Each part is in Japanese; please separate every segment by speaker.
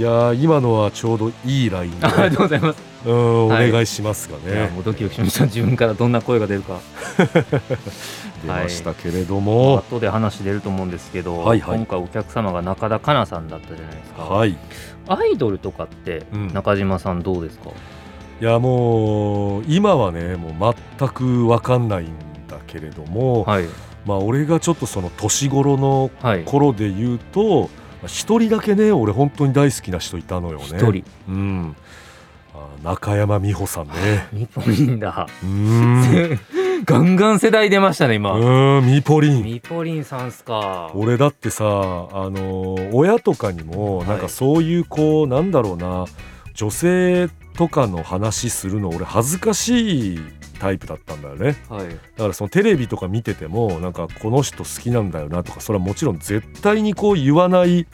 Speaker 1: やー今のはちょうどいいライ ンで
Speaker 2: ありがとうございます。
Speaker 1: うんお
Speaker 2: はい
Speaker 1: 願いしますが
Speaker 2: いや
Speaker 1: ね、
Speaker 2: もうドキドキしました。自分からどんな声が出るか。
Speaker 1: 出
Speaker 2: はい
Speaker 1: ましたけれども、
Speaker 2: 後で話出ると思うんですけど、
Speaker 1: はいはい
Speaker 2: 今回お客様が中田香奈さんだったじゃないですか。
Speaker 1: はい、い
Speaker 2: アイドルとかって
Speaker 1: うん
Speaker 2: 中島さんどうですか。
Speaker 1: やもう今はねもう全く分かんないんだけれども、
Speaker 2: はい
Speaker 1: まあ俺がちょっとその年頃の
Speaker 2: はい。
Speaker 1: 頃で言うとまあ一人だけね俺本当に大好きな人いたのよね
Speaker 2: 一人。
Speaker 1: うんあ中山美穂さんね
Speaker 2: ミポリンだ。
Speaker 1: うーん
Speaker 2: ガンガン世代出ましたね
Speaker 1: う
Speaker 2: 今。
Speaker 1: ーんミポリン
Speaker 2: ミポリンさんっすか。
Speaker 1: 俺だってさあのー親とかにも
Speaker 2: はい
Speaker 1: なんかそういうこう、なんだろうな女性とかの話するの俺恥ずかしいタイプだったんだよね
Speaker 2: はい
Speaker 1: だからそのテレビとか見ててもなんかこの人好きなんだよなとかそれはもちろん絶対にこう言わない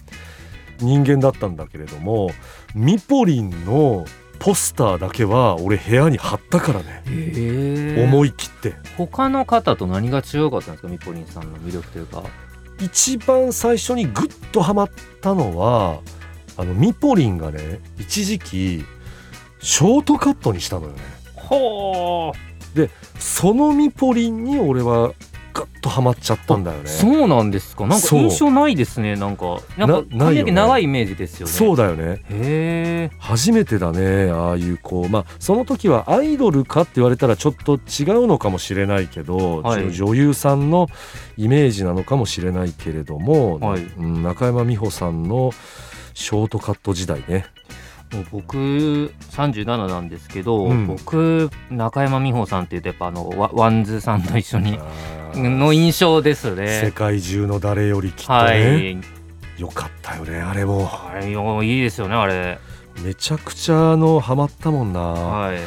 Speaker 1: 人間だったんだけれどもミポリンのポスターだけは俺部屋に貼ったからね、思
Speaker 2: い
Speaker 1: い切って
Speaker 2: 他の方と何が違うかったんですかミポリンさんの魅力というか
Speaker 1: 一番最初にグッとハマったのはあのミポリンがね一時期ショートカットにしたのよね
Speaker 2: ほ
Speaker 1: そのミポリンに俺はガッとハマっちゃったんだよね
Speaker 2: そうなんですかなんか
Speaker 1: そう
Speaker 2: 印象ないですねなんかなん
Speaker 1: なな
Speaker 2: か
Speaker 1: いよ
Speaker 2: 髪の
Speaker 1: ね
Speaker 2: 毛長いイメージですよね
Speaker 1: そうだよね
Speaker 2: へえ
Speaker 1: 初めてだねああいうこうまあその時はアイドルかって言われたらちょっと違うのかもしれないけど、
Speaker 2: はい
Speaker 1: ちょ女優さんのイメージなのかもしれないけれども、
Speaker 2: はい
Speaker 1: うん中山美穂さんのショートカット時代ね
Speaker 2: もう僕37なんですけど、
Speaker 1: うん
Speaker 2: 僕中山美穂さんっていうとやっぱあのワワンズさんと一緒に
Speaker 1: あー
Speaker 2: の印象です
Speaker 1: 世
Speaker 2: ね
Speaker 1: 界中の誰よりきっとね、
Speaker 2: はい
Speaker 1: よかったよねあれも
Speaker 2: あれよいいですよねあれ
Speaker 1: めちゃくちゃあのハマったもんな、
Speaker 2: はい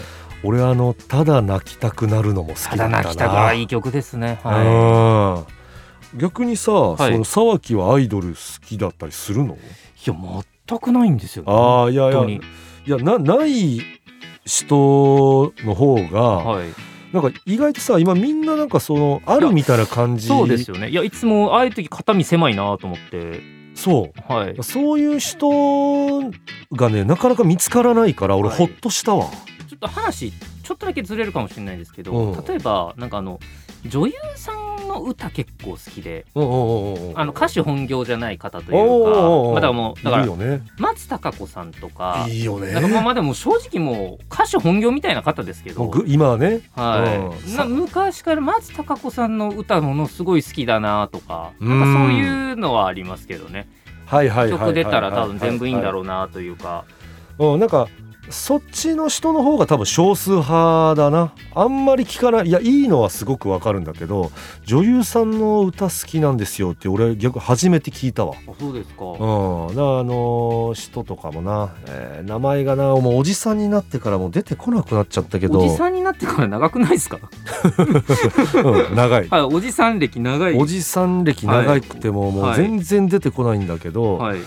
Speaker 1: 俺あのただ泣きたくなるのも好
Speaker 2: た
Speaker 1: きだ
Speaker 2: だ
Speaker 1: ったな
Speaker 2: 泣きたがいい曲ですねは
Speaker 1: うん逆にさ、そ
Speaker 2: い
Speaker 1: の沢木はアイドル好きだったりするの
Speaker 2: いいや全くないんですよ、ね、
Speaker 1: ああいやいや
Speaker 2: 本当に
Speaker 1: いやなない人の方が、
Speaker 2: はい
Speaker 1: なんか意外とさ今みんななんかそのあるみたいな感じ
Speaker 2: そうですよねいやいつもああいう時肩身狭いなと思って
Speaker 1: そう
Speaker 2: はい
Speaker 1: そういう人がねなかなか見つからないから俺
Speaker 2: はい
Speaker 1: ほっとしたわ、
Speaker 2: ちょっと話ちょっとだけずれるかもしれないですけど、
Speaker 1: うん
Speaker 2: 例えばなんかあの女優さんの歌結構好きで
Speaker 1: うんうんうんうん
Speaker 2: あの歌手本業じゃない方というか
Speaker 1: おーおーおー
Speaker 2: まあだからもうだか
Speaker 1: い
Speaker 2: ら
Speaker 1: るよね
Speaker 2: 松たか子さんとか。
Speaker 1: いいよ
Speaker 2: なんかまあ
Speaker 1: ね
Speaker 2: まあでも正直もう歌手本業みたいな方ですけ
Speaker 1: もう
Speaker 2: ど、
Speaker 1: ぐ今はね
Speaker 2: は
Speaker 1: う
Speaker 2: い、
Speaker 1: ん
Speaker 2: な昔から松たか子さんの歌ものすごい好きだなとか
Speaker 1: うん
Speaker 2: なんかそういうのはありますけどね
Speaker 1: はいはいはいはい
Speaker 2: 曲出たら多分全部いいんだ
Speaker 1: ろ
Speaker 2: ろうなというか
Speaker 1: う、うん、なんかそっちの人の方が多分少数派だなあんまり聞かないいやいいのはすごくわかるんだけど女優さんの歌好きなんですよって俺逆初めて聞いたわ
Speaker 2: あそうですか、
Speaker 1: うん、なあの人とかもな、えー名前がなもうおじさんになってからもう出てこなくなっちゃったけど
Speaker 2: おじさんになってから長くないですか
Speaker 1: うん、長い
Speaker 2: はい、おじさん歴長い。
Speaker 1: おじさん歴長くても、も
Speaker 2: は
Speaker 1: う
Speaker 2: い
Speaker 1: 全然出てこないんだけど、
Speaker 2: はい、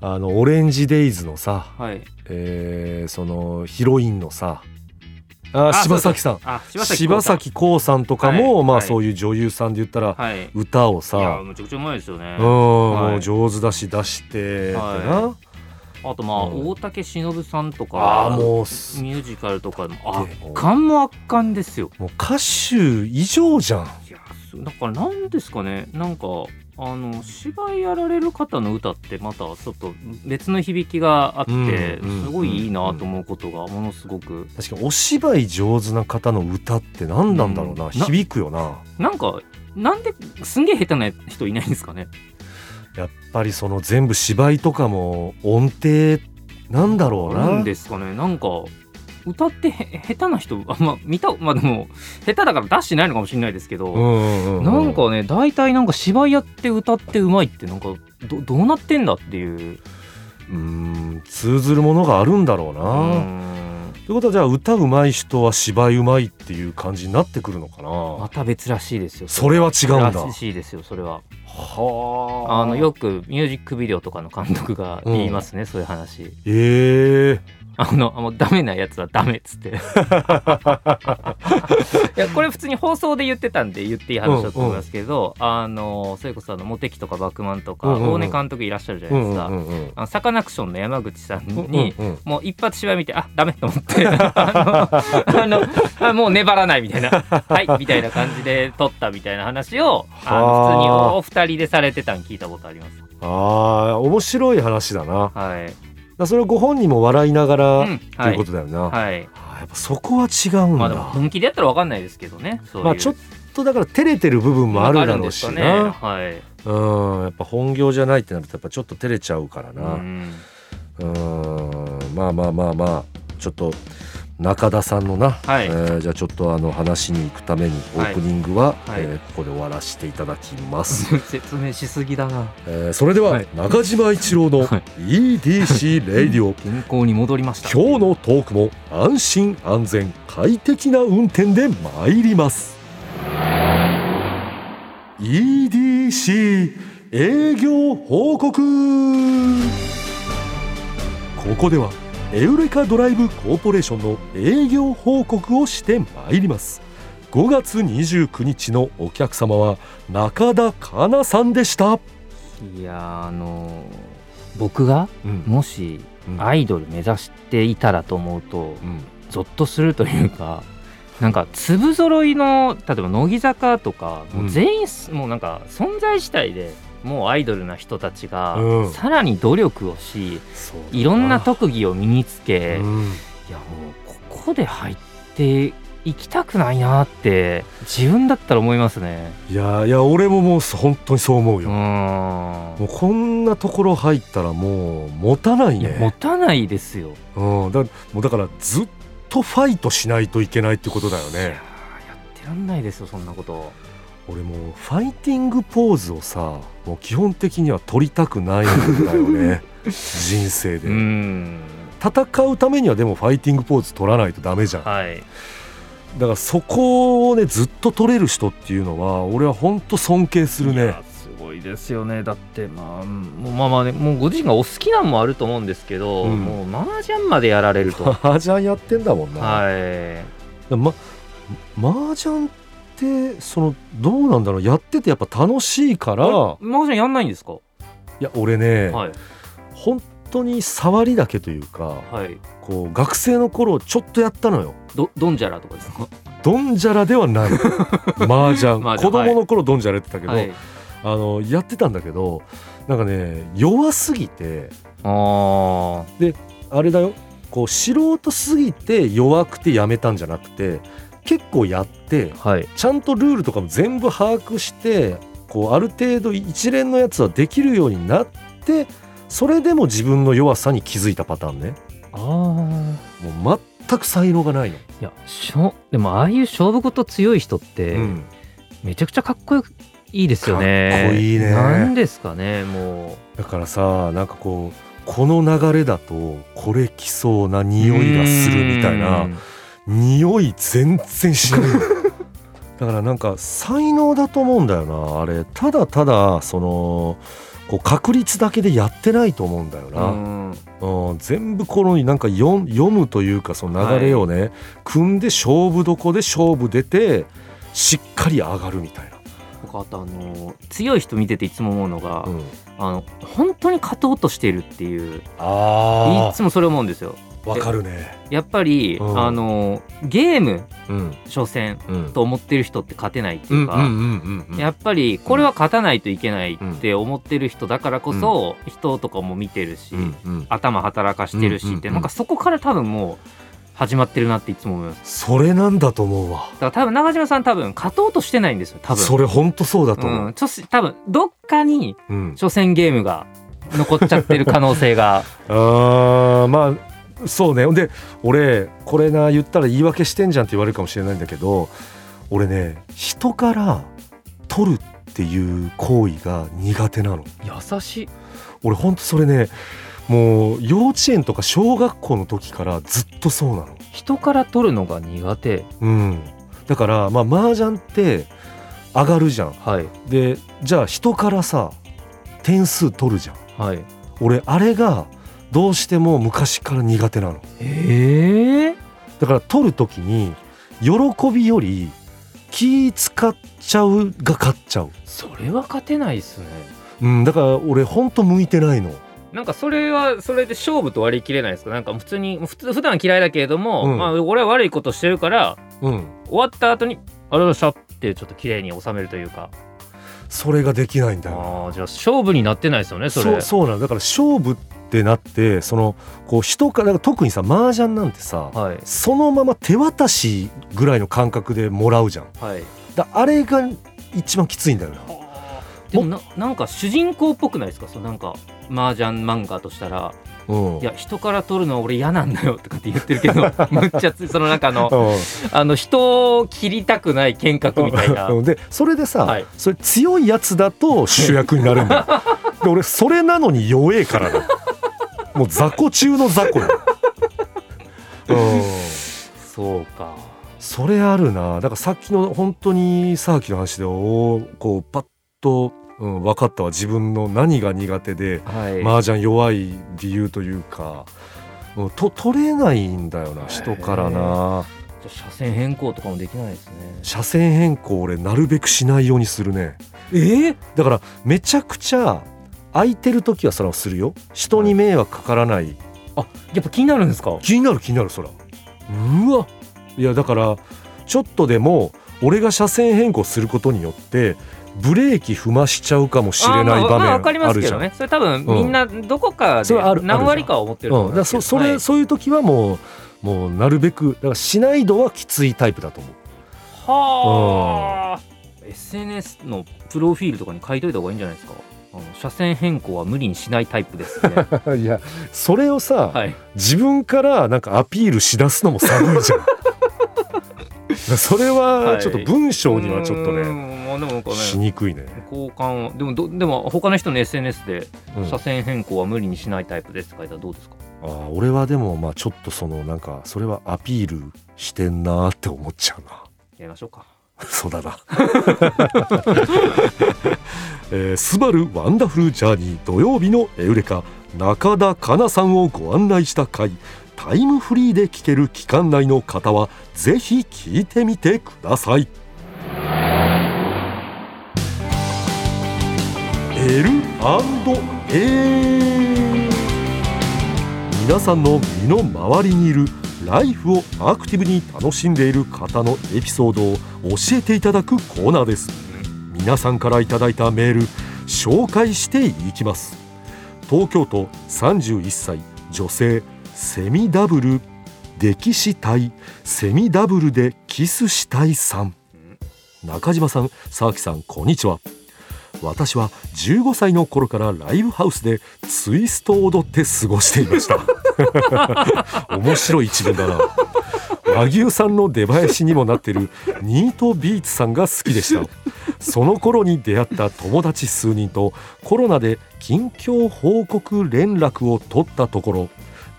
Speaker 1: あのオレンジデイズのさ、
Speaker 2: はい。
Speaker 1: えーそのヒロインのさあ
Speaker 2: あ
Speaker 1: 柴咲さん
Speaker 2: あ、柴咲コ
Speaker 1: 柴
Speaker 2: ウさん。
Speaker 1: 咲コウさんとかも、
Speaker 2: はい
Speaker 1: まあ、
Speaker 2: はい
Speaker 1: そういう女優さんで言ったら、
Speaker 2: はい。い
Speaker 1: 歌を
Speaker 2: や、
Speaker 1: さ、
Speaker 2: むちゃくちゃうまいですよね
Speaker 1: うん。も
Speaker 2: は
Speaker 1: う
Speaker 2: い
Speaker 1: 上手だし出してってな、
Speaker 2: はあと、まあ、
Speaker 1: うん
Speaker 2: 大竹しのぶさんとか。
Speaker 1: ああもうす
Speaker 2: ミュージカルとかの
Speaker 1: っ
Speaker 2: 圧
Speaker 1: げえ
Speaker 2: 巻も圧巻ですよ。
Speaker 1: もう歌手以上じゃん。
Speaker 2: いや、すだから、なんですかね、なんか。あの芝居やられる方の歌ってまたちょっと別の響きがあって、
Speaker 1: うんうん
Speaker 2: すごいいいなと思うことがものすごく
Speaker 1: 確かにお芝居上手な方の歌って何なんだろうな、
Speaker 2: うんな
Speaker 1: 響くよな
Speaker 2: なんかなんですんげえ下手な人いないんですかね
Speaker 1: やっぱりその全部芝居とかも音程なんだろう
Speaker 2: ある
Speaker 1: なん
Speaker 2: ですかねなんか歌ってへ下手な人あんま見たまあでも下手だから出してないのかもしれないですけ
Speaker 1: う
Speaker 2: ど、
Speaker 1: んうんうん
Speaker 2: なんかね大体なんか芝居やって歌ってうまいってなんかどどうなってんだっていう
Speaker 1: うーん通ずるものがあるんだろう
Speaker 2: う
Speaker 1: な、
Speaker 2: ん
Speaker 1: ということはじゃあ歌うまい人は芝居うまいっていう感じになってくるのか
Speaker 2: ま
Speaker 1: な
Speaker 2: た別らしいですよ
Speaker 1: それは違うんだ
Speaker 2: らしいですよそれは
Speaker 1: は
Speaker 2: あのよくミュージックビデオとかの監督が言いますね、そういう話
Speaker 1: ええ
Speaker 2: あのあもうダメなやつはダメっつって いやこれ普通に放送で言ってたんで言っていい話だと思いますけど、あのそれこそあのモテキとかバックマンとか
Speaker 1: うんうんうん
Speaker 2: 大根監督いらっしゃるじゃ
Speaker 1: う
Speaker 2: ないで
Speaker 1: ん
Speaker 2: す
Speaker 1: う
Speaker 2: か、
Speaker 1: んうん
Speaker 2: あのサカナクションの山口さんに、
Speaker 1: うんうん
Speaker 2: もう一発芝居見てあダメと思っ てあのあのあもう粘らないみたいなはいみたいな感じで撮ったみたいな話をあ
Speaker 1: は
Speaker 2: の
Speaker 1: あ
Speaker 2: 普通にお二人でされてたん聞いたことあります。
Speaker 1: ああ面白い話だなだか
Speaker 2: はい、
Speaker 1: らそれをご本人も笑いながら、
Speaker 2: うん
Speaker 1: と
Speaker 2: はいいう
Speaker 1: ことだよな、
Speaker 2: はい
Speaker 1: あーやっぱそこは違うん
Speaker 2: ま
Speaker 1: だ、
Speaker 2: あでも本気でやったらわかんないですけどねそういう
Speaker 1: まあちょっとだから照れてる部分もあるだろうしな、
Speaker 2: なんかあるんです
Speaker 1: うんやっぱ本業じゃないってなるとやっぱちょっと照れちゃうから
Speaker 2: かねはい、
Speaker 1: な、
Speaker 2: うん
Speaker 1: うん、まあまあまあまあちょっと中田さんのな、
Speaker 2: はい
Speaker 1: えーじゃあちょっとあの話に行くためにオープニングは、
Speaker 2: はい
Speaker 1: えーここで終わらせていただきます、
Speaker 2: 説明しすぎだな
Speaker 1: えーそれでは、
Speaker 2: はい
Speaker 1: 中島一郎の
Speaker 2: はい
Speaker 1: EDC レイディオ、
Speaker 2: 健康に戻りました
Speaker 1: 今日のトークも安心安全快適な運転で参ります EDC 営業報告ここではエウレカドライブコーポレーションの営業報告をして参ります5月29日のお客様は中田かなさんでした、
Speaker 2: いやーあのー僕が
Speaker 1: うん
Speaker 2: もし
Speaker 1: うん
Speaker 2: アイドル目指していたらと思うと
Speaker 1: うん
Speaker 2: ゾッとするというかなんか粒揃いの例えば乃木坂とかもう全員、もうなんか存在自体でもうアイドルな人たちが、
Speaker 1: うん
Speaker 2: さらに努力をし
Speaker 1: そうだ
Speaker 2: いろんな特技を身につけ、
Speaker 1: うん
Speaker 2: いやもうここで入って行きたくないなって自分だったら思いますね
Speaker 1: いやーいや俺ももう本当にそう思う
Speaker 2: う
Speaker 1: よ、
Speaker 2: ーん
Speaker 1: もうこんなところ入ったらもう持たない
Speaker 2: いや
Speaker 1: ね
Speaker 2: 持たないですよ
Speaker 1: うん、だもうだからずっとファイトしないといけないってことだよ
Speaker 2: いやーや
Speaker 1: ね
Speaker 2: ってらんないですよそんなこと
Speaker 1: 俺もうファイティングポーズをさもう基本的には取りたくないんだよ ね人生で、
Speaker 2: うーん
Speaker 1: 戦うためにはでもファイティングポーズ取らないとダメじゃんだ
Speaker 2: はい
Speaker 1: からそこをねずっと取れる人っていうのは俺は本当尊敬する
Speaker 2: い
Speaker 1: ね
Speaker 2: やすごいですよねだってまあうんもうまあまあねもうご自身がお好きなんもあると思うんですけど、
Speaker 1: うん
Speaker 2: もう麻雀までやられ ると
Speaker 1: 麻雀やってんだもんな、
Speaker 2: はい
Speaker 1: ま、麻雀ってそのどうなんだろうやっててやっぱ楽しいから
Speaker 2: あれ麻雀やんないんですか、
Speaker 1: いや俺ね、
Speaker 2: はい
Speaker 1: 本当に触りだけというか
Speaker 2: はい
Speaker 1: こう学生の頃ちょっとやったのよ
Speaker 2: どどんじゃらとかですか
Speaker 1: ドンジャラでは ない麻雀
Speaker 2: 麻雀
Speaker 1: 子供の頃ドンジャラやってたけど、
Speaker 2: はい
Speaker 1: あのやってたんだけどなんかね弱すぎて
Speaker 2: ああ
Speaker 1: あれだよこう素人すぎて弱くてやめたんじゃなくて結構やって
Speaker 2: はい
Speaker 1: ちゃんとルールとかも全部把握してこうある程度一連のやつはできるようになってそれでも自分の弱さに気づいたパターンね
Speaker 2: ああ
Speaker 1: もう全く才能がないの、
Speaker 2: いやしょでもああいう勝負事強い人って
Speaker 1: うん
Speaker 2: めちゃくちゃかっこいいですよね
Speaker 1: かっこいいね
Speaker 2: なんですかねも
Speaker 1: だからさなんかこうこの流れだとこれ来そうな匂
Speaker 2: う
Speaker 1: いがするみたいうなん匂い全然しない のだからなんか才能だと思うんだよなあれただただそのこう確率だけでやってないと思うんだよな、
Speaker 2: うん
Speaker 1: うん、全部このなんか読ん読むというかその流れをね、組んで勝負どこで勝負出てしっかり上がるみたいな、
Speaker 2: 僕あとあの強い人見てていつも思うのが、
Speaker 1: うん、
Speaker 2: あの本当に勝とうとしているっていうい
Speaker 1: あ
Speaker 2: つもそれ思うんですよ
Speaker 1: ーわかるね
Speaker 2: やっぱり、
Speaker 1: うん
Speaker 2: あのゲーム
Speaker 1: うん
Speaker 2: 初戦
Speaker 1: うん
Speaker 2: と思ってる人って勝てないって
Speaker 1: う
Speaker 2: いうんか、
Speaker 1: うんうんうん
Speaker 2: やっぱりこれは勝たないといけないって思ってる人だからこそ、人とかも見てるし、
Speaker 1: うんうん
Speaker 2: 頭働かしてるしって、
Speaker 1: うんうんうん
Speaker 2: なんかそこから多分もう始まってるなっていつも思います
Speaker 1: それなんだと思うわ
Speaker 2: だから多分長島さん多分勝とうとしてないんですよ多分
Speaker 1: それほんとそうだと
Speaker 2: う、、
Speaker 1: 思うん
Speaker 2: ちょし多分どっかに
Speaker 1: うん
Speaker 2: 初戦ゲームが残っちゃってる可能性が
Speaker 1: あーまあそうねで俺これな言ったら言い訳してんじゃんって言われるかもしれないんだけど俺ね人から取るっていう行為が苦手なの
Speaker 2: 優しい
Speaker 1: 俺ほんとそれねもう幼稚園とか小学校の時からずっとそうなの。
Speaker 2: 人から取るのが苦手
Speaker 1: うん、だからまあ麻雀って上がるじゃん。
Speaker 2: はい
Speaker 1: でじゃあ人からさ点数取るじゃん。
Speaker 2: はい
Speaker 1: 俺あれがどうしても昔から苦手なの。
Speaker 2: ええ
Speaker 1: だから取る時に喜びより気使っちゃうが勝っちゃう。
Speaker 2: それは勝てないですね
Speaker 1: うん、だから俺ほんと向いてないの。
Speaker 2: なんかそれはそれで勝負と割り切れないですかなんか普通にふつ普段嫌いだけれども、
Speaker 1: うん
Speaker 2: まあ、俺は悪いことしてるから
Speaker 1: うん、
Speaker 2: 終わった後に「ありがとうございました」ってちょっと綺麗に収めるというか
Speaker 1: それができないんだよ。
Speaker 2: ああじゃあ勝負になってないですよねそれ
Speaker 1: うそうなのだから勝負ってなってそのこう人からだから特にさ麻雀なんてさ、
Speaker 2: はい
Speaker 1: そのまま手渡しぐらいの感覚でもらうじゃん
Speaker 2: はい
Speaker 1: だあれが一番きついんだよな
Speaker 2: でもななんか主人公っぽくないですかそうなんか麻雀漫画としたら
Speaker 1: うん
Speaker 2: 「いや人から取るのは俺嫌なんだよ」とかって言ってるけど むっちゃつその中の
Speaker 1: う
Speaker 2: あの人を切りたくない剣客みたいな。
Speaker 1: ん、で それでさ、
Speaker 2: はい
Speaker 1: それ強いやつだと主役になるん だよで俺それなのに弱えからなもう雑魚中の雑魚 よ、うん
Speaker 2: そうか
Speaker 1: それあるなだからさっきの本当にさっきの話でおーこうパッと、うん、分かったわ自分の何が苦手で
Speaker 2: はい、
Speaker 1: 麻雀弱い理由というか、うん、と取れないんだよな人からな
Speaker 2: じゃあ車線変更とかもできないですね
Speaker 1: 車線変更俺なるべくしないようにするね
Speaker 2: ええ
Speaker 1: だからめちゃくちゃ空いてる時はそれをするよ人に迷惑かからない、
Speaker 2: あやっぱ気になるんですか
Speaker 1: 気になる気になるそらうわいやだからちょっとでも俺が車線変更することによってブレーキ踏ましちゃうかもしれない
Speaker 2: あーまあ
Speaker 1: 場
Speaker 2: まあわかり
Speaker 1: 面
Speaker 2: ま
Speaker 1: あ
Speaker 2: す
Speaker 1: る
Speaker 2: け
Speaker 1: じゃ
Speaker 2: ど
Speaker 1: ん。
Speaker 2: ねそれ多分
Speaker 1: うん
Speaker 2: みんなどこか
Speaker 1: それあ
Speaker 2: で
Speaker 1: る
Speaker 2: 何割かは思ってると
Speaker 1: うん、
Speaker 2: 思
Speaker 1: だ
Speaker 2: う
Speaker 1: から
Speaker 2: んですけど
Speaker 1: そそれ、
Speaker 2: はい
Speaker 1: そういう時はもうもうなるべくだからしない度はきついタイプだと思う。
Speaker 2: はあ SNS のプロフィールとかに書いといた方がいいんじゃないですかあの車線変更は無理にしないタイプですね
Speaker 1: いやそれをさ、
Speaker 2: はい
Speaker 1: 自分からなんかアピールしだすのも寒いじゃん。だ からそれはちょっと
Speaker 2: はい
Speaker 1: 文章にはちょっとね、
Speaker 2: うーんまあでもなんかね
Speaker 1: しにくいね。
Speaker 2: 交換はでもどでも他の人の SNS で
Speaker 1: うん
Speaker 2: 車線変更は無理にしないタイプですって書いたらどうですか、
Speaker 1: あー俺はでもまあちょっとそのなんかそれはアピールしてんなーって思っちゃうな
Speaker 2: やりましょうか
Speaker 1: そうだな、えースバルワンダフルジャーニー土曜日のエウレカ中田香奈さんをご案内した回タイムフリーで聴ける期間内の方はぜひ聞いてみてください「L&A」皆さんの身の回りにいるライフをアクティブに楽しんでいる方のエピソードを教えていただくコーナーです皆さんからいただいたメール紹介していきます東京都31歳女性セミダブル歴史隊セミダブルでキスしたいさん中島さん沢木さんこんにちは私は15歳の頃からライブハウスでツイストを踊って過ごしていました 面白い一文だな和牛さんの出囃子にもなってるニートビーツさんが好きでしたその頃に出会った友達数人とコロナで近況報告連絡を取ったところ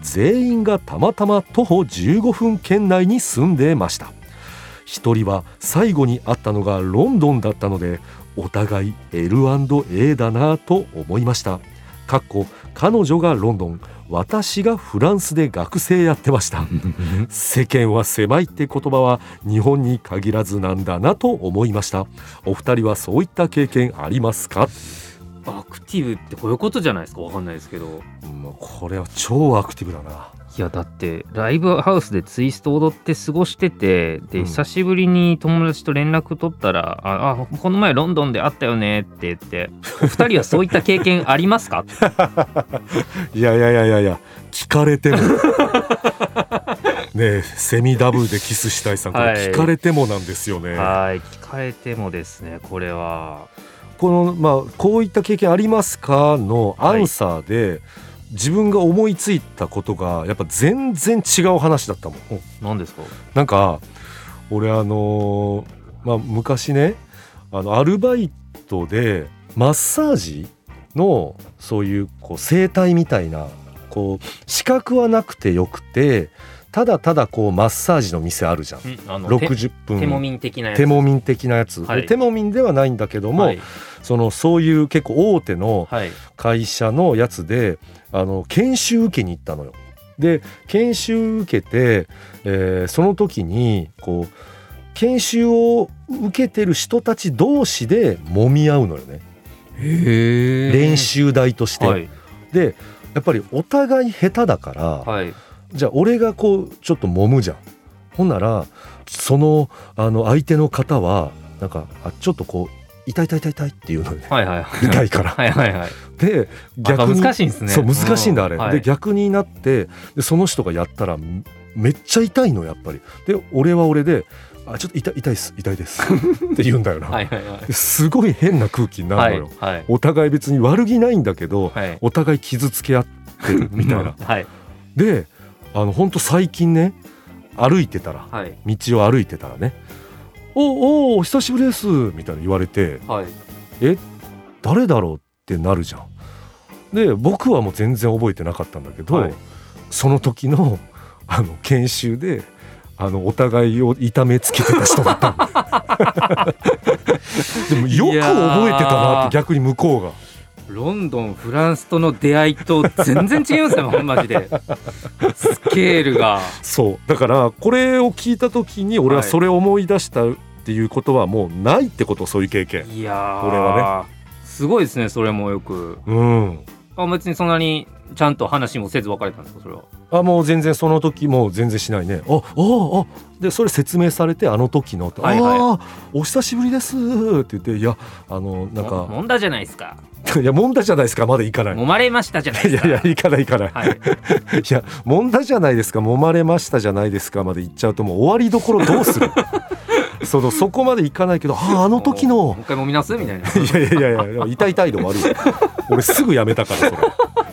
Speaker 1: 全員がたまたま徒歩15分圏内に住んでました一人は最後に会ったのがロンドンだったのでお互い L&A だなぁと思いましたかっこ彼女がロンドン私がフランスで学生やってました 世間は狭いって言葉は日本に限らずなんだなと思いましたお二人はそういった経験ありますか、
Speaker 2: アクティブってこういうことじゃないですかわかんないですけど
Speaker 1: うん、これは超アクティブだない
Speaker 2: やだってライブハウスでツイスト踊って過ごしててで、
Speaker 1: うん
Speaker 2: 久しぶりに友達と連絡取ったら「ああこの前ロンドンで会ったよね」って言って「お二人はそういった経験ありますか?
Speaker 1: いやいやいやいやいや聞かれても ねえセミダブルでキスしたいさんこれ
Speaker 2: はい
Speaker 1: 聞かれてもなんですよ」ね、
Speaker 2: はい聞かれてもですねこれは
Speaker 1: このまあこういった経験ありますかのアンサーで、自分が思いついたことがやっぱ全然違う話だったもん
Speaker 2: 何ですか
Speaker 1: なんか俺あのーまあ昔ねあのアルバイトでマッサージのそういうこう整体みたいなこう資格はなくてよくてただただこうマッサージの店あるじゃん
Speaker 2: うんあの手
Speaker 1: 60分
Speaker 2: 手もみん的なやつ
Speaker 1: 手もみん的なやつ、
Speaker 2: はい
Speaker 1: で手もみんではないんだけども、
Speaker 2: はい
Speaker 1: そのそういう結構大手の
Speaker 2: はい
Speaker 1: 会社のやつであの研修受けに行ったのよ。で研修受けて、えーその時にこう研修を受けてる人たち同士で揉み合うのよね
Speaker 2: へ
Speaker 1: 練習台として。
Speaker 2: はい
Speaker 1: でやっぱりお互い下手だから、
Speaker 2: はい
Speaker 1: じゃあ俺がこうちょっと揉むじゃんほんならそのあの相手の方はなんかあちょっとこう痛い痛い痛い痛いっていうのよね
Speaker 2: はいはい
Speaker 1: 痛いから。
Speaker 2: はいはいはい
Speaker 1: で
Speaker 2: 逆
Speaker 1: 逆に
Speaker 2: 難しいんですね
Speaker 1: そう難しいんだあれ、
Speaker 2: うは
Speaker 1: で逆になってでその人がやったらめめっちゃ痛いのやっぱりで俺は俺で「あちょっと痛い痛いです痛い です」って言うんだよな、
Speaker 2: はいはいはい
Speaker 1: ですごい変な空気にな
Speaker 2: は
Speaker 1: る
Speaker 2: い
Speaker 1: のよ、
Speaker 2: はい
Speaker 1: お互い別に悪気ないんだけど
Speaker 2: はい
Speaker 1: お互い傷つけ合ってるみたいな
Speaker 2: はい
Speaker 1: であのほんと最近ね歩いてたら
Speaker 2: はい
Speaker 1: 道を歩いてたらね「おおお久しぶりです」みたいな言われて
Speaker 2: はい
Speaker 1: 誰だろうってなるじゃん。で僕はもう全然覚えてなかったんだけど、
Speaker 2: はい
Speaker 1: その時のあの研修であのお互いを痛めつけてた人だったんだよ でもよく覚えてたなって逆に向こうが。
Speaker 2: ロンドンフランスとの出会いと全然違いますねほんまマジでスケールが
Speaker 1: そうだからこれを聞いた時に俺はそれを思い出したっていうことはもうないってことそういう経験。
Speaker 2: いやー
Speaker 1: これは
Speaker 2: すごいですねそれもよく
Speaker 1: うん
Speaker 2: あ別にそんなにちゃんと話もせず別れたんですかそれは
Speaker 1: あもう全然その時もう全然しないねあああでそれ説明されてあの時のと「
Speaker 2: はいはい
Speaker 1: ああお久しぶりです」って言って「いやあのなん
Speaker 2: も
Speaker 1: か
Speaker 2: もんだじゃないですか
Speaker 1: いやもんだじゃないですかまだ行かない」
Speaker 2: 揉まれましたじゃない
Speaker 1: い
Speaker 2: で
Speaker 1: や
Speaker 2: す か
Speaker 1: いや行かない行かない
Speaker 2: はい
Speaker 1: いやもんだじゃないですか揉まれましたじゃないですかまで行っちゃうともう終わりどころどうす るそのそこまで行かないけどあああの時
Speaker 2: もう
Speaker 1: の
Speaker 2: もう一回揉み直すみたいない
Speaker 1: やいやいやいや痛い痛いで終わるよ俺すぐやめたからそれ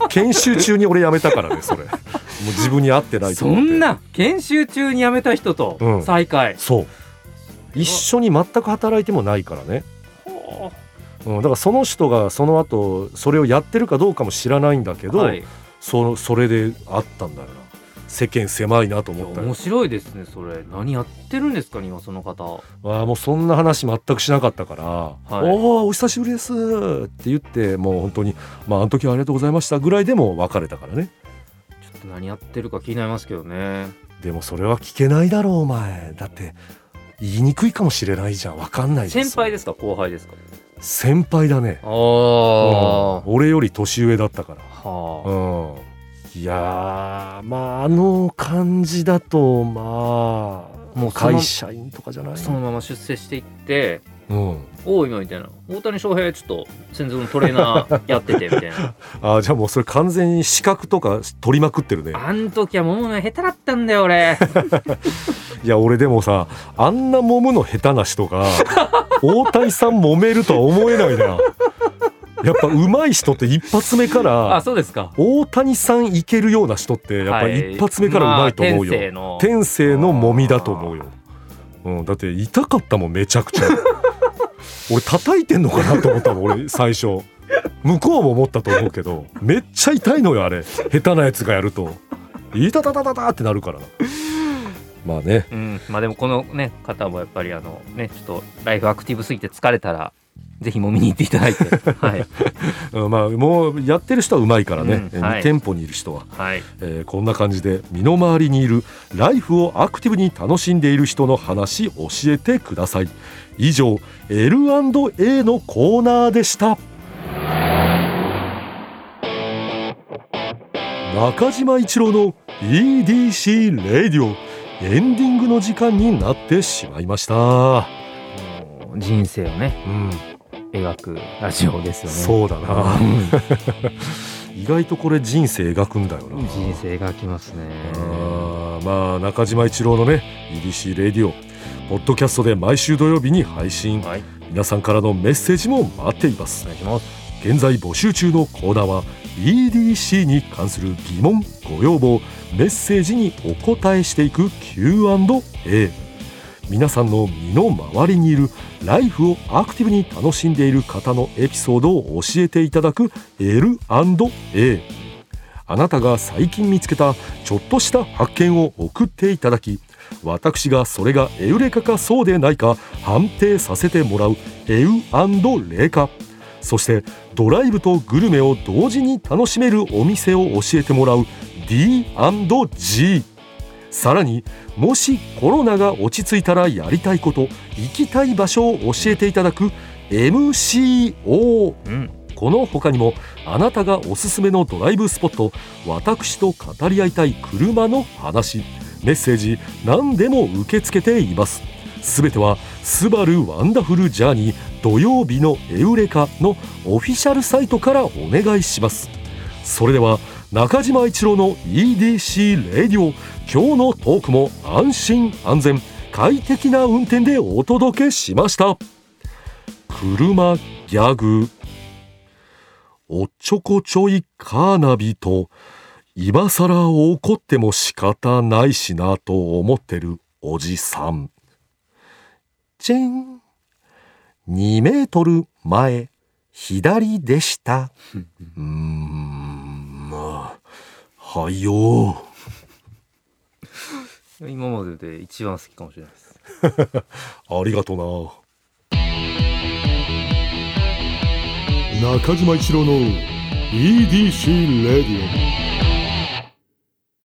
Speaker 1: 研修中に俺やめたからねそれもう自分に合ってないと
Speaker 2: そ
Speaker 1: 思って
Speaker 2: んな研修中に辞めた人
Speaker 1: う
Speaker 2: と
Speaker 1: ん
Speaker 2: 再会、
Speaker 1: そう一緒に全く働いてもないからね、
Speaker 2: ほ
Speaker 1: うん、だからその人がその後それをやってるかどうかも知らないんだけ
Speaker 2: う
Speaker 1: ど、
Speaker 2: はい、い
Speaker 1: そそれであったんだよな世間狭いなと
Speaker 2: や
Speaker 1: 思った
Speaker 2: 面
Speaker 1: よ
Speaker 2: 白いですねそれ何やってるんですか今その方
Speaker 1: あーもうそんな話全くしなかったから「
Speaker 2: い
Speaker 1: おーお久しぶりです」って言ってもう本当に「まああの時はありがとうございました」ぐらいでも別れたからね
Speaker 2: ちょっと何やってるか気になりますけどね
Speaker 1: でもそれは聞けないだろうお前だって言いにくいかもしれないじゃん分かんないじゃん
Speaker 2: 先輩ですか後輩ですか
Speaker 1: 先輩だね
Speaker 2: あ
Speaker 1: うん
Speaker 2: あ、
Speaker 1: 俺より年上だったから
Speaker 2: は
Speaker 1: うん、いやーまああの感じだとまあ
Speaker 2: もうその
Speaker 1: 会社員とかじゃない
Speaker 2: あそのまま出世していって
Speaker 1: うん、
Speaker 2: 「おい今」みたいな「大谷翔平ちょっと専属のトレーナ ーやってて」みたいな
Speaker 1: あじゃあもうそれ完全に資格とか取りまくってるね
Speaker 2: 「あん時は桃の下手だったんだよ俺
Speaker 1: いや俺でもさあんな揉むの下手な人 が大谷さん揉めるとは思えないなやっぱ上手い人って一発目か」
Speaker 2: あ
Speaker 1: ら
Speaker 2: そうですか
Speaker 1: 大谷さんいけるような人ってやっぱ
Speaker 2: はい
Speaker 1: 一発目から上手いと思うよ、
Speaker 2: まあ天性の
Speaker 1: 天性の揉みだと思うよ、うん、だって痛かったもんめちゃ くちゃ俺叩いてんのかなと思ったもん俺最初向こうも思ったと思うけどめっちゃ痛いのよあれ下手なやつがやると「いたたたたた」ってなるからなまあね
Speaker 2: うん、まあでもこのね方もやっぱりあのねちょっとライフアクティブすぎて疲れたらぜひもみに行っていただ いてはい
Speaker 1: うんまあもうやってる人はうまいからね、
Speaker 2: うんはい
Speaker 1: え店舗にいる人は、
Speaker 2: はい
Speaker 1: えーこんな感じで身の回りにいるライフをアクティブに楽しんでいる人の話教えてください以上 L&A のコーナーでした中島一郎の EDC レディオエンディングの時間になってしまいました、
Speaker 2: 人生をね
Speaker 1: うん、
Speaker 2: 描くラジオですよね
Speaker 1: そうだな
Speaker 2: う
Speaker 1: 意外とこれ人生描くんだよな
Speaker 2: ん人生描きますね
Speaker 1: あーまあ中島一郎のね EDC レディオポッドキャストで毎週土曜日に配信
Speaker 2: はい
Speaker 1: 皆さんからのメッセージも待っています
Speaker 2: お願いします
Speaker 1: 現在募集中のコーナーは EDC に関する疑問ご要望メッセージにお答えしていく Q&A 皆さんの身の回りにいるライフをアクティブに楽しんでいる方のエピソードを教えていただく L&A あなたが最近見つけたちょっとした発見を送っていただき私がそれがエウレカかそうでないか判定させてもらうエウレカそしてドライブとグルメを同時に楽しめるお店を教えてもらう D&G さらにもしコロナが落ち着いたらやりたいこと行きたい場所を教えていただく MCO
Speaker 2: うん
Speaker 1: この他にもあなたがおすすめのドライブスポット私と語り合いたい車の話メッセージ何でも受け付けていますすべては「スバルワンダフルジャーニー土曜日のエウレカ」のオフィシャルサイトからお願いしますそれでは中島一郎の EDC レディオ今日のトークも安心安全快適な運転でお届けしました車ギャグおっちょこちょいカーナビと今更怒っても仕方ないしなと思ってるおじさん。チェン2メートル前左でした。うーんまあはいよ
Speaker 2: 今までで一番好きかもしれないです
Speaker 1: ありがとうな。中島一郎の EDC レディオ。